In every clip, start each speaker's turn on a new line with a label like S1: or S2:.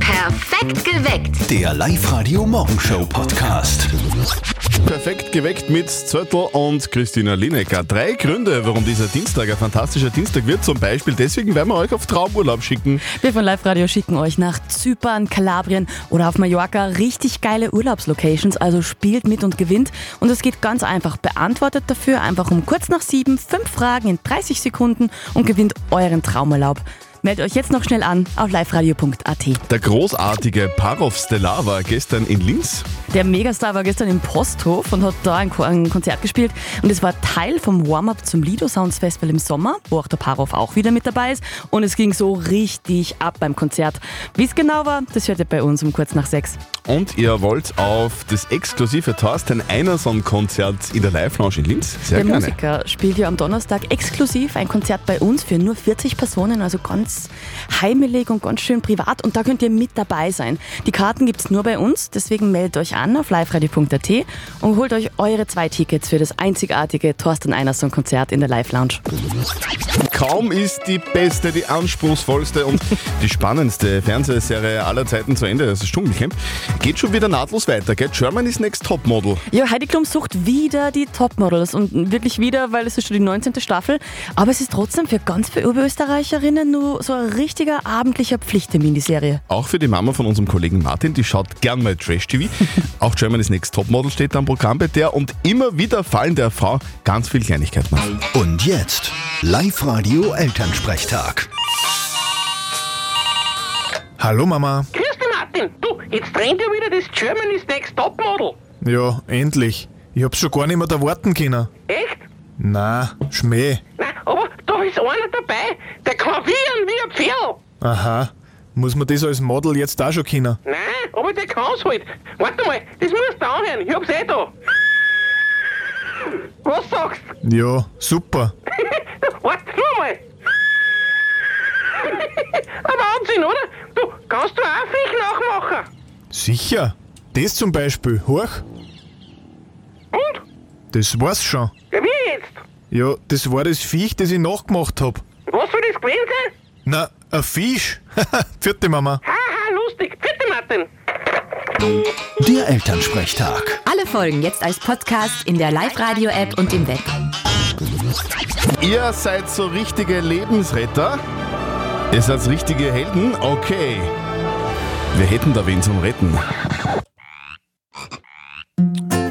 S1: Perfekt geweckt.
S2: Der Live-Radio-Morgenshow-Podcast.
S3: Perfekt geweckt mit Zöttl und Christina Linecker. Drei Gründe, warum dieser Dienstag ein fantastischer Dienstag wird. Zum Beispiel deswegen werden wir euch auf Traumurlaub schicken.
S4: Wir von Live Radio schicken euch nach Zypern, Kalabrien oder auf Mallorca richtig geile Urlaubslocations. Also spielt mit und gewinnt. Und es geht ganz einfach. Beantwortet dafür einfach um kurz nach sieben fünf Fragen in 30 Sekunden und gewinnt euren Traumurlaub. Meldet euch jetzt noch schnell an auf liveradio.at.
S3: Der großartige Parov Stella war gestern in Linz.
S4: Der Megastar war gestern im Posthof und hat da ein Ko- ein Konzert gespielt. Und es war Teil vom Warm-up zum Lido Sounds Festival im Sommer, wo auch der Parov auch wieder mit dabei ist. Und es ging so richtig ab beim Konzert. Wie es genau war, das hört ihr bei uns um kurz nach sechs.
S3: Und ihr wollt auf das exklusive Thorsten Einerson-Konzert in der Live-Lounge in Linz? Sehr
S4: Der
S3: gerne.
S4: Musiker spielt ja am Donnerstag exklusiv ein Konzert bei uns für nur 40 Personen, also ganz heimelig und ganz schön privat. Und da könnt ihr mit dabei sein. Die Karten gibt's nur bei uns, deswegen meldet euch an auf liveradio.at und holt euch eure zwei Tickets für das einzigartige Thorsten Einerson-Konzert in der Live-Lounge.
S3: Kaum ist die beste, die anspruchsvollste und die spannendste Fernsehserie aller Zeiten zu Ende, das ist Dschungelcamp, geht schon wieder nahtlos weiter, gell? Germany's Next Topmodel.
S4: Ja, Heidi Klum sucht wieder die Topmodels und wirklich wieder, weil es ist schon die 19. Staffel. Aber es ist trotzdem für ganz viele Österreicherinnen nur so ein richtiger abendlicher Pflichttermin, die Serie.
S3: Auch für die Mama von unserem Kollegen Martin, die schaut gern mal Trash-TV. Auch Germany's Next Topmodel steht da am Programm bei der und immer wieder fallen der Frau ganz viel Kleinigkeiten auf.
S2: Und jetzt Live-Radio Elternsprechtag.
S5: Hallo Mama.
S6: Grüß dich, Martin. Du, jetzt trennt ja wieder das Germany's Next Topmodel.
S5: Ja, endlich. Ich hab's schon gar nicht mehr da warten können.
S6: Echt?
S5: Na, Schmäh.
S6: Nein, aber da ist einer dabei, der kann wiehern wie ein Pferd.
S5: Aha. Muss man das als Model jetzt da schon können?
S6: Nein, aber der kann's halt. Warte mal, das musst du anhören. Ich hab's eh da. Was sagst du?
S5: Ja, super.
S6: Warte, nur mal. Ein Wahnsinn, oder? Du, kannst du auch Fisch nachmachen?
S5: Sicher. Das zum Beispiel, hoch.
S6: Und?
S5: Das war's schon.
S6: Ja, wie jetzt?
S5: Ja, das war das Viech, das ich nachgemacht hab.
S6: Was soll das gewesen sein?
S5: Na, ein Fisch. Vierte Mama.
S6: Haha, lustig. Bitte, Martin.
S2: Der Elternsprechtag.
S7: Alle Folgen jetzt als Podcast in der Live-Radio-App und im Web.
S3: Ihr seid so richtige Lebensretter. Ihr seid richtige Helden. Okay. Wir hätten da wen zum Retten.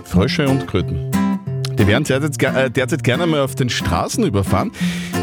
S3: Frösche und Kröten. Die werden derzeit, ge- äh, derzeit gerne mal auf den Straßen überfahren.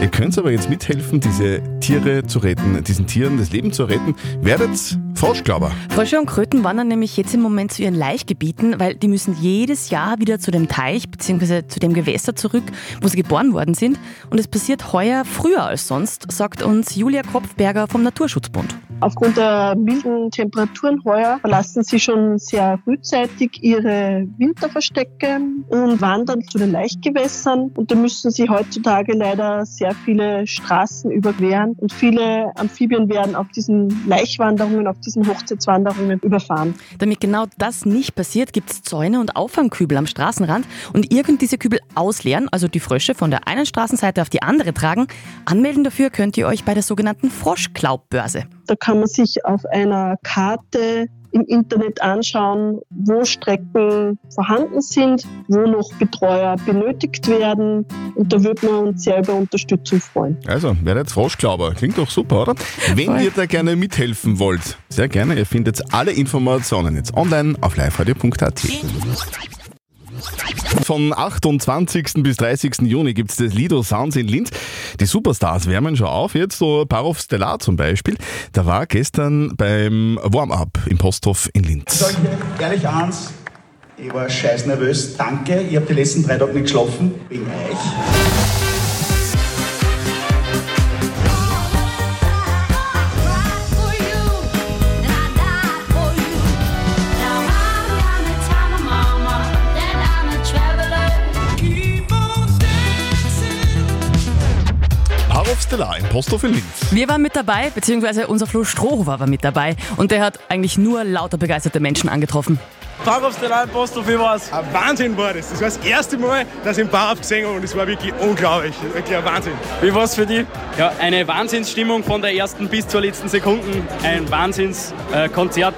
S3: Ihr könnt aber jetzt mithelfen, diese Tiere zu retten, diesen Tieren das Leben zu retten. Werdet Froschglauber.
S4: Frösche und Kröten wandern nämlich jetzt im Moment zu ihren Laichgebieten, weil die müssen jedes Jahr wieder zu dem Teich bzw. zu dem Gewässer zurück, wo sie geboren worden sind. Und es passiert heuer früher als sonst, sagt uns Julia Kopfberger vom Naturschutzbund.
S8: Aufgrund der milden Temperaturen heuer verlassen sie schon sehr frühzeitig ihre Winterverstecke und wandern zu den Laichgewässern. Und da müssen sie heutzutage leider sehr viele Straßen überqueren. Und viele Amphibien werden auf diesen Laichwanderungen, auf diesen Hochzeitswanderungen überfahren.
S4: Damit genau das nicht passiert, gibt es Zäune und Auffangkübel am Straßenrand. Und ihr könnt diese Kübel ausleeren, also die Frösche von der einen Straßenseite auf die andere tragen. Anmelden dafür könnt ihr euch bei der sogenannten Froschklaubbörse.
S8: Da kann man sich auf einer Karte im Internet anschauen, wo Strecken vorhanden sind, wo noch Betreuer benötigt werden. Und da würden wir uns sehr über Unterstützung freuen.
S3: Also, werdet Froschglauber. Klingt doch super, oder? Wenn ihr da gerne mithelfen wollt, sehr gerne. Ihr findet alle Informationen jetzt online auf liveradio.at. Von 28. bis 30. Juni gibt es das Lido Sounds in Linz. Die Superstars wärmen schon auf, jetzt so Parov Stellar zum Beispiel. Da war gestern beim Warm-Up im Posthof in Linz.
S9: sage ehrlich eins, ich war scheiß nervös. Danke, ich habe die letzten drei Tage nicht geschlafen. Wegen euch.
S3: Parov Stellar im Posthof in Linz.
S4: Wir waren mit dabei, beziehungsweise unser Flo Strohhofer war mit dabei. Und der hat eigentlich nur lauter begeisterte Menschen angetroffen.
S1: Park auf der Post auf was. Ein Wahnsinn war das. Das war das erste Mal, dass ich einen Park gesehen habe und es war wirklich unglaublich. Wirklich ein Wahnsinn. Wie war es für dich? Ja, eine Wahnsinnsstimmung von der ersten bis zur letzten Sekunde. Ein Wahnsinnskonzert.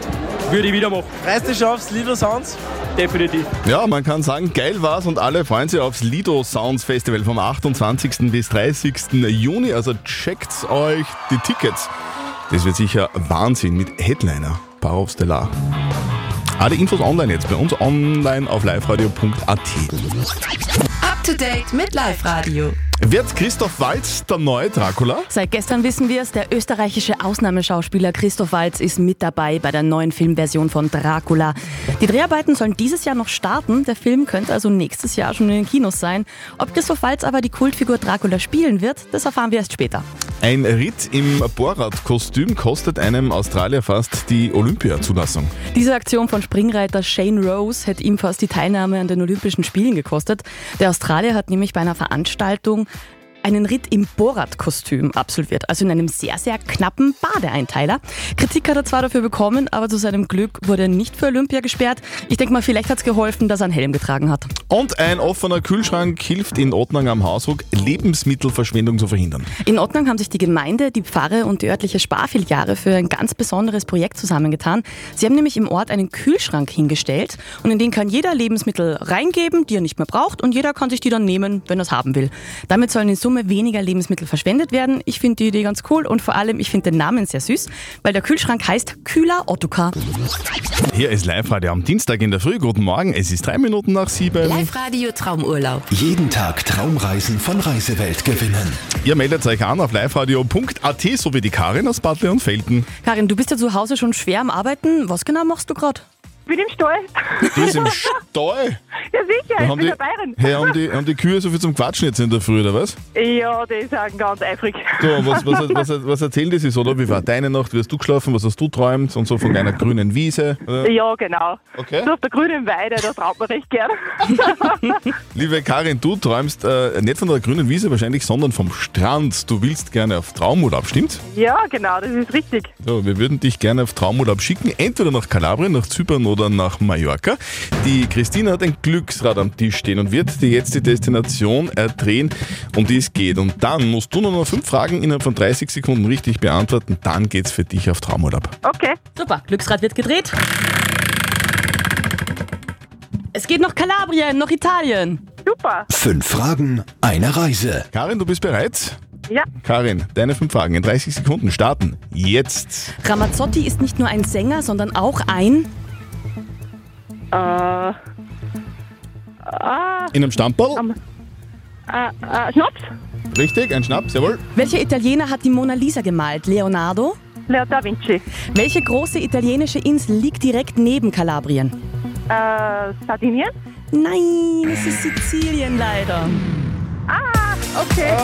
S1: Würde ich wieder machen. Reißt dich aufs Lido Sounds? Definitiv.
S3: Ja, man kann sagen, geil war's und alle freuen sich aufs Lido Sounds Festival vom 28. bis 30. Juni. Also checkt euch die Tickets. Das wird sicher Wahnsinn mit Headliner Barov Stellar. Alle Infos online jetzt bei uns online auf liveradio.at.
S7: Up to date mit Live Radio.
S3: Wird Christoph Walz der neue Dracula?
S4: Seit gestern wissen wir es, der österreichische Ausnahmeschauspieler Christoph Walz ist mit dabei bei der neuen Filmversion von Dracula. Die Dreharbeiten sollen dieses Jahr noch starten, der Film könnte also nächstes Jahr schon in den Kinos sein. Ob Christoph Walz aber die Kultfigur Dracula spielen wird, das erfahren wir erst später.
S3: Ein Ritt im Borat-Kostüm kostet einem Australier fast die Olympiazulassung.
S4: Diese Aktion von Springreiter Shane Rose hätte ihm fast die Teilnahme an den Olympischen Spielen gekostet. Der Australier hat nämlich bei einer Veranstaltung einen Ritt im Borat-Kostüm absolviert, also in einem sehr, sehr knappen Badeeinteiler. Kritik hat er zwar dafür bekommen, aber zu seinem Glück wurde er nicht für Olympia gesperrt. Ich denke mal, vielleicht hat es geholfen, dass er einen Helm getragen hat.
S3: Und ein offener Kühlschrank hilft in Ottnang am Hausruck, Lebensmittelverschwendung zu verhindern.
S4: In Ottnang haben sich die Gemeinde, die Pfarre und die örtliche Sparfiliale für ein ganz besonderes Projekt zusammengetan. Sie haben nämlich im Ort einen Kühlschrank hingestellt und in den kann jeder Lebensmittel reingeben, die er nicht mehr braucht und jeder kann sich die dann nehmen, wenn er es haben will. Damit sollen in Summe weniger Lebensmittel verschwendet werden. Ich finde die Idee ganz cool und vor allem, ich finde den Namen sehr süß, weil der Kühlschrank heißt Kühler Ottokar.
S3: Hier ist Live-Radio am Dienstag in der Früh. Guten Morgen, es ist drei Minuten nach sieben.
S7: Live Radio Traumurlaub.
S2: Jeden Tag Traumreisen von Reisewelt gewinnen.
S3: Ihr meldet euch an auf liveradio.at, so wie die Karin aus Bad Leonfelden.
S4: Karin, du bist ja zu Hause schon schwer am Arbeiten. Was genau machst du gerade?
S10: Bin im Stall.
S3: Die ist im Stall.
S10: Ja, sicher,
S3: Da
S10: ich bin
S3: die,
S10: der Bayern.
S3: hey, haben, die, haben die Kühe so viel zum Quatschen jetzt in der Früh, oder was?
S10: Ja, die sagen ganz eifrig.
S3: So, was, was, was, was, was erzählen die sich so, oder? Wie war deine Nacht? Wie hast du geschlafen? Was hast du träumt? Und so von einer grünen Wiese. Oder?
S10: Ja, genau.
S3: Okay.
S10: So auf der grünen Weide, da traut man recht gern.
S3: Liebe Karin, du träumst äh, nicht von der grünen Wiese wahrscheinlich, sondern vom Strand. Du willst gerne auf Traumurlaub, stimmt's?
S10: ja, genau, das ist richtig.
S3: So, wir würden dich gerne auf Traumurlaub schicken, entweder nach Kalabrien, nach Zypern oder nach Mallorca. Die Christine hat ein Glücksrad am Tisch stehen und wird dir jetzt die Destination erdrehen, um die es geht. Und dann musst du nur noch fünf Fragen innerhalb von 30 Sekunden richtig beantworten. Dann geht's für dich auf Traumurlaub.
S10: Okay.
S4: Super, Glücksrad wird gedreht. Es geht nach Kalabrien, nach Italien.
S10: Super.
S2: Fünf Fragen, eine Reise.
S3: Karin, du bist bereit?
S10: Ja.
S3: Karin, deine fünf Fragen in 30 Sekunden starten. Jetzt.
S4: Ramazzotti ist nicht nur ein Sänger, sondern auch ein.
S10: Äh, ah,
S3: In einem Stammball.
S10: ah, ah, Schnaps,
S3: Richtig, ein Schnaps, jawohl.
S4: Welcher Italiener hat die Mona Lisa gemalt? Leonardo?
S10: Leo da Vinci,
S4: Welche große italienische Insel liegt direkt neben Kalabrien?
S10: äh, Sardinien.
S4: Nein, es ist Sizilien leider.
S10: Ah, okay.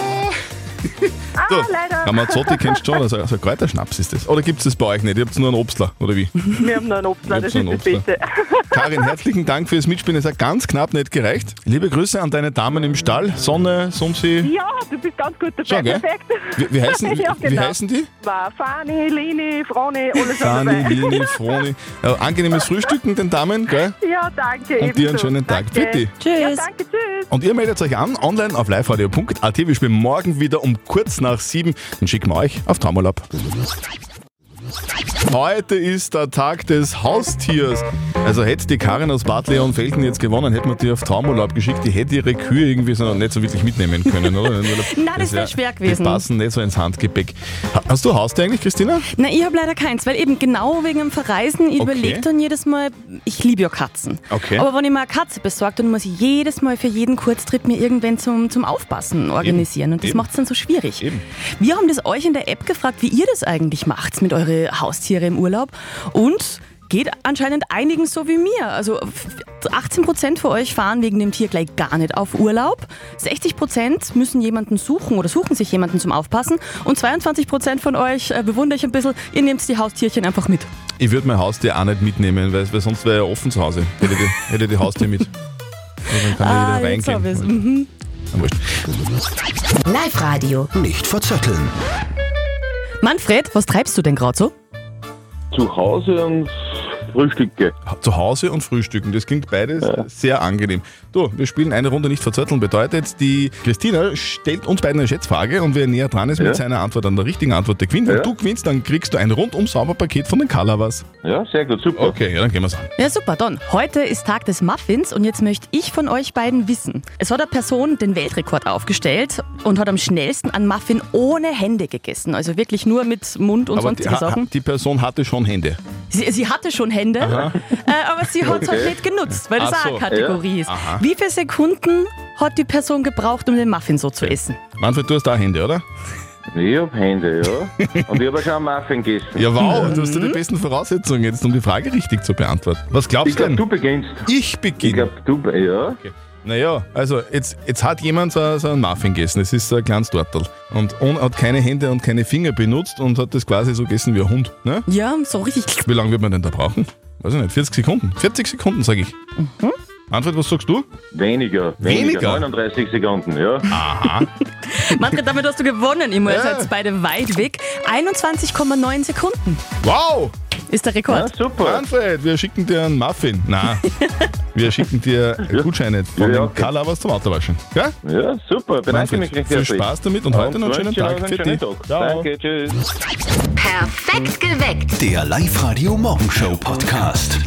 S10: Ah,
S3: So,
S10: leider.
S3: Ramazzotti kennst du schon, also, also Kräuterschnaps ist das. Oder gibt's das bei euch nicht? Ihr habt nur einen Obstler, oder wie?
S10: Wir haben noch einen Obstler,
S3: Ich
S10: das
S3: hab
S10: ist
S3: so
S10: das
S3: einen
S10: Beste.
S3: Karin, herzlichen Dank fürs Mitspielen. Es hat ganz knapp nicht gereicht. Liebe Grüße an deine Damen im Stall. Sonne, Sumsi.
S10: Ja, du bist ganz gut dabei.
S3: Schon, gell?
S10: Perfekt.
S3: Wie, wie, heißen, wie,
S10: ja, genau.
S3: wie heißen die?
S10: War Fanny, Lini, Froni, alles
S3: Dani,
S10: dabei.
S3: Lini, Froni. Ja, angenehmes Frühstücken den Damen, gell?
S10: Ja, danke.
S3: Und dir einen
S10: ebenso.
S3: schönen Tag.
S10: Danke.
S3: Bitte.
S10: Ja,
S4: Tschüss.
S10: danke, tschüss.
S3: Und ihr meldet euch an online auf liveradio.at. Wir spielen morgen wieder um kurz nach sieben. Dann schicken wir euch auf Traumurlaub. Heute ist der Tag des Haustiers. Also hätte die Karin aus Bad Leonfelden jetzt gewonnen, hätten wir die auf Traumurlaub geschickt. Die hätte ihre Kühe irgendwie so nicht so wirklich mitnehmen können, oder?
S4: Nein, das wäre schwer gewesen.
S3: Die passen nicht so ins Handgepäck. Ha- Hast du Haustier eigentlich, Christina?
S4: Na, ich habe leider keins, weil eben genau wegen dem Verreisen, ich
S3: Okay.
S4: überlege dann jedes Mal, ich liebe ja Katzen.
S3: Okay.
S4: Aber wenn ich mir eine Katze besorge, dann muss ich jedes Mal für jeden Kurztrip mir irgendwen zum, zum Aufpassen organisieren. Und das
S3: Eben.
S4: macht es dann so schwierig.
S3: Eben.
S4: Wir haben das euch in der App gefragt, wie ihr das eigentlich macht mit eure Haustiere im Urlaub. Und geht anscheinend einigen so wie mir. Also f- 18% von euch fahren wegen dem Tier gleich gar nicht auf Urlaub. 60% müssen jemanden suchen oder suchen sich jemanden zum Aufpassen. Und 22% von euch äh, bewundere ich ein bisschen, ihr nehmt die Haustierchen einfach mit.
S3: Ich würde mein Haustier auch nicht mitnehmen, weil, weil sonst wäre er offen zu Hause. Hätte die, hätte die Haustier mit. Also dann kann ah, wieder
S4: jetzt hab ich's.
S3: reingehen.
S4: Mhm.
S3: Na, wurscht.
S7: Live Radio.
S2: Nicht verzetteln.
S4: Manfred, was treibst du denn gerade so?
S11: zu Hause und
S3: Frühstücke. Zu Hause und Frühstücken, das klingt beides sehr angenehm. Du, wir spielen eine Runde nicht verzötteln, bedeutet, die Christina stellt uns beiden eine Schätzfrage und wer näher dran ist
S11: Ja.
S3: mit seiner Antwort an der richtigen Antwort, der gewinnt. Wenn
S11: Ja.
S3: du gewinnst, dann kriegst du ein rundum sauber Paket von den Calavas.
S11: Ja, sehr gut, super.
S3: Okay, ja, dann gehen wir's an.
S4: Ja, super, Don. Heute ist Tag des Muffins und jetzt möchte ich von euch beiden wissen. Es hat eine Person den Weltrekord aufgestellt und hat am schnellsten einen Muffin ohne Hände gegessen. Also wirklich nur mit Mund und
S3: Aber die,
S4: sonstigen
S3: ha-
S4: Sachen.
S3: die Person hatte schon Hände.
S4: Sie, sie hatte schon Hände,
S3: Aha.
S4: äh, aber sie hat es halt
S3: Okay.
S4: nicht genutzt, weil das
S3: Ach
S4: auch
S3: so,
S4: eine Kategorie
S3: ja.
S4: ist.
S3: Aha.
S4: Wie viele Sekunden hat die Person gebraucht, um den Muffin so zu essen?
S3: Manfred, du hast da Hände, oder?
S11: Ich hab Hände, ja. Und ich habe schon einen Muffin gegessen.
S3: Ja, wow, du hast ja die
S11: Mhm.
S3: besten Voraussetzungen jetzt, um die Frage richtig zu beantworten. Was glaubst
S11: Ich glaub,
S3: denn?
S11: du beginnst.
S3: Ich beginne.
S11: Ich glaube, du, ja.
S3: Naja, also jetzt, jetzt hat jemand so, so einen Muffin gegessen, es ist so ein kleines Tortel. Und ohne- hat keine Hände und keine Finger benutzt und hat das quasi so gegessen wie ein Hund. Ne?
S4: Ja, so richtig.
S3: Wie lange wird man denn da brauchen? Weiß ich nicht, 40 Sekunden. 40 Sekunden, sage ich. Manfred, was sagst du?
S11: Mhm. Weniger.
S3: Weniger?
S11: 39 Sekunden, ja.
S3: Aha.
S4: Manfred, damit hast du gewonnen. Immer
S11: Ja.
S4: ja. seid beide weit weg. 21,9 Sekunden.
S3: Wow!
S4: Ist der Rekord.
S11: super.
S3: Manfred, wir schicken dir einen Muffin. Na, wir schicken dir Gutscheine von
S11: Ja,
S3: den
S11: okay.
S3: Kalabas zum Autowaschen. Ja?
S11: Ja, super. Bedanke mich recht
S3: Viel
S11: herzlich.
S3: Spaß damit und heute noch einen schönen
S11: wünsche euch
S3: Tag.
S11: einen
S3: Für
S11: schönen Tag.
S3: dich.
S11: Danke, tschüss.
S7: Perfekt geweckt.
S2: Der Live-Radio Morgenshow Podcast.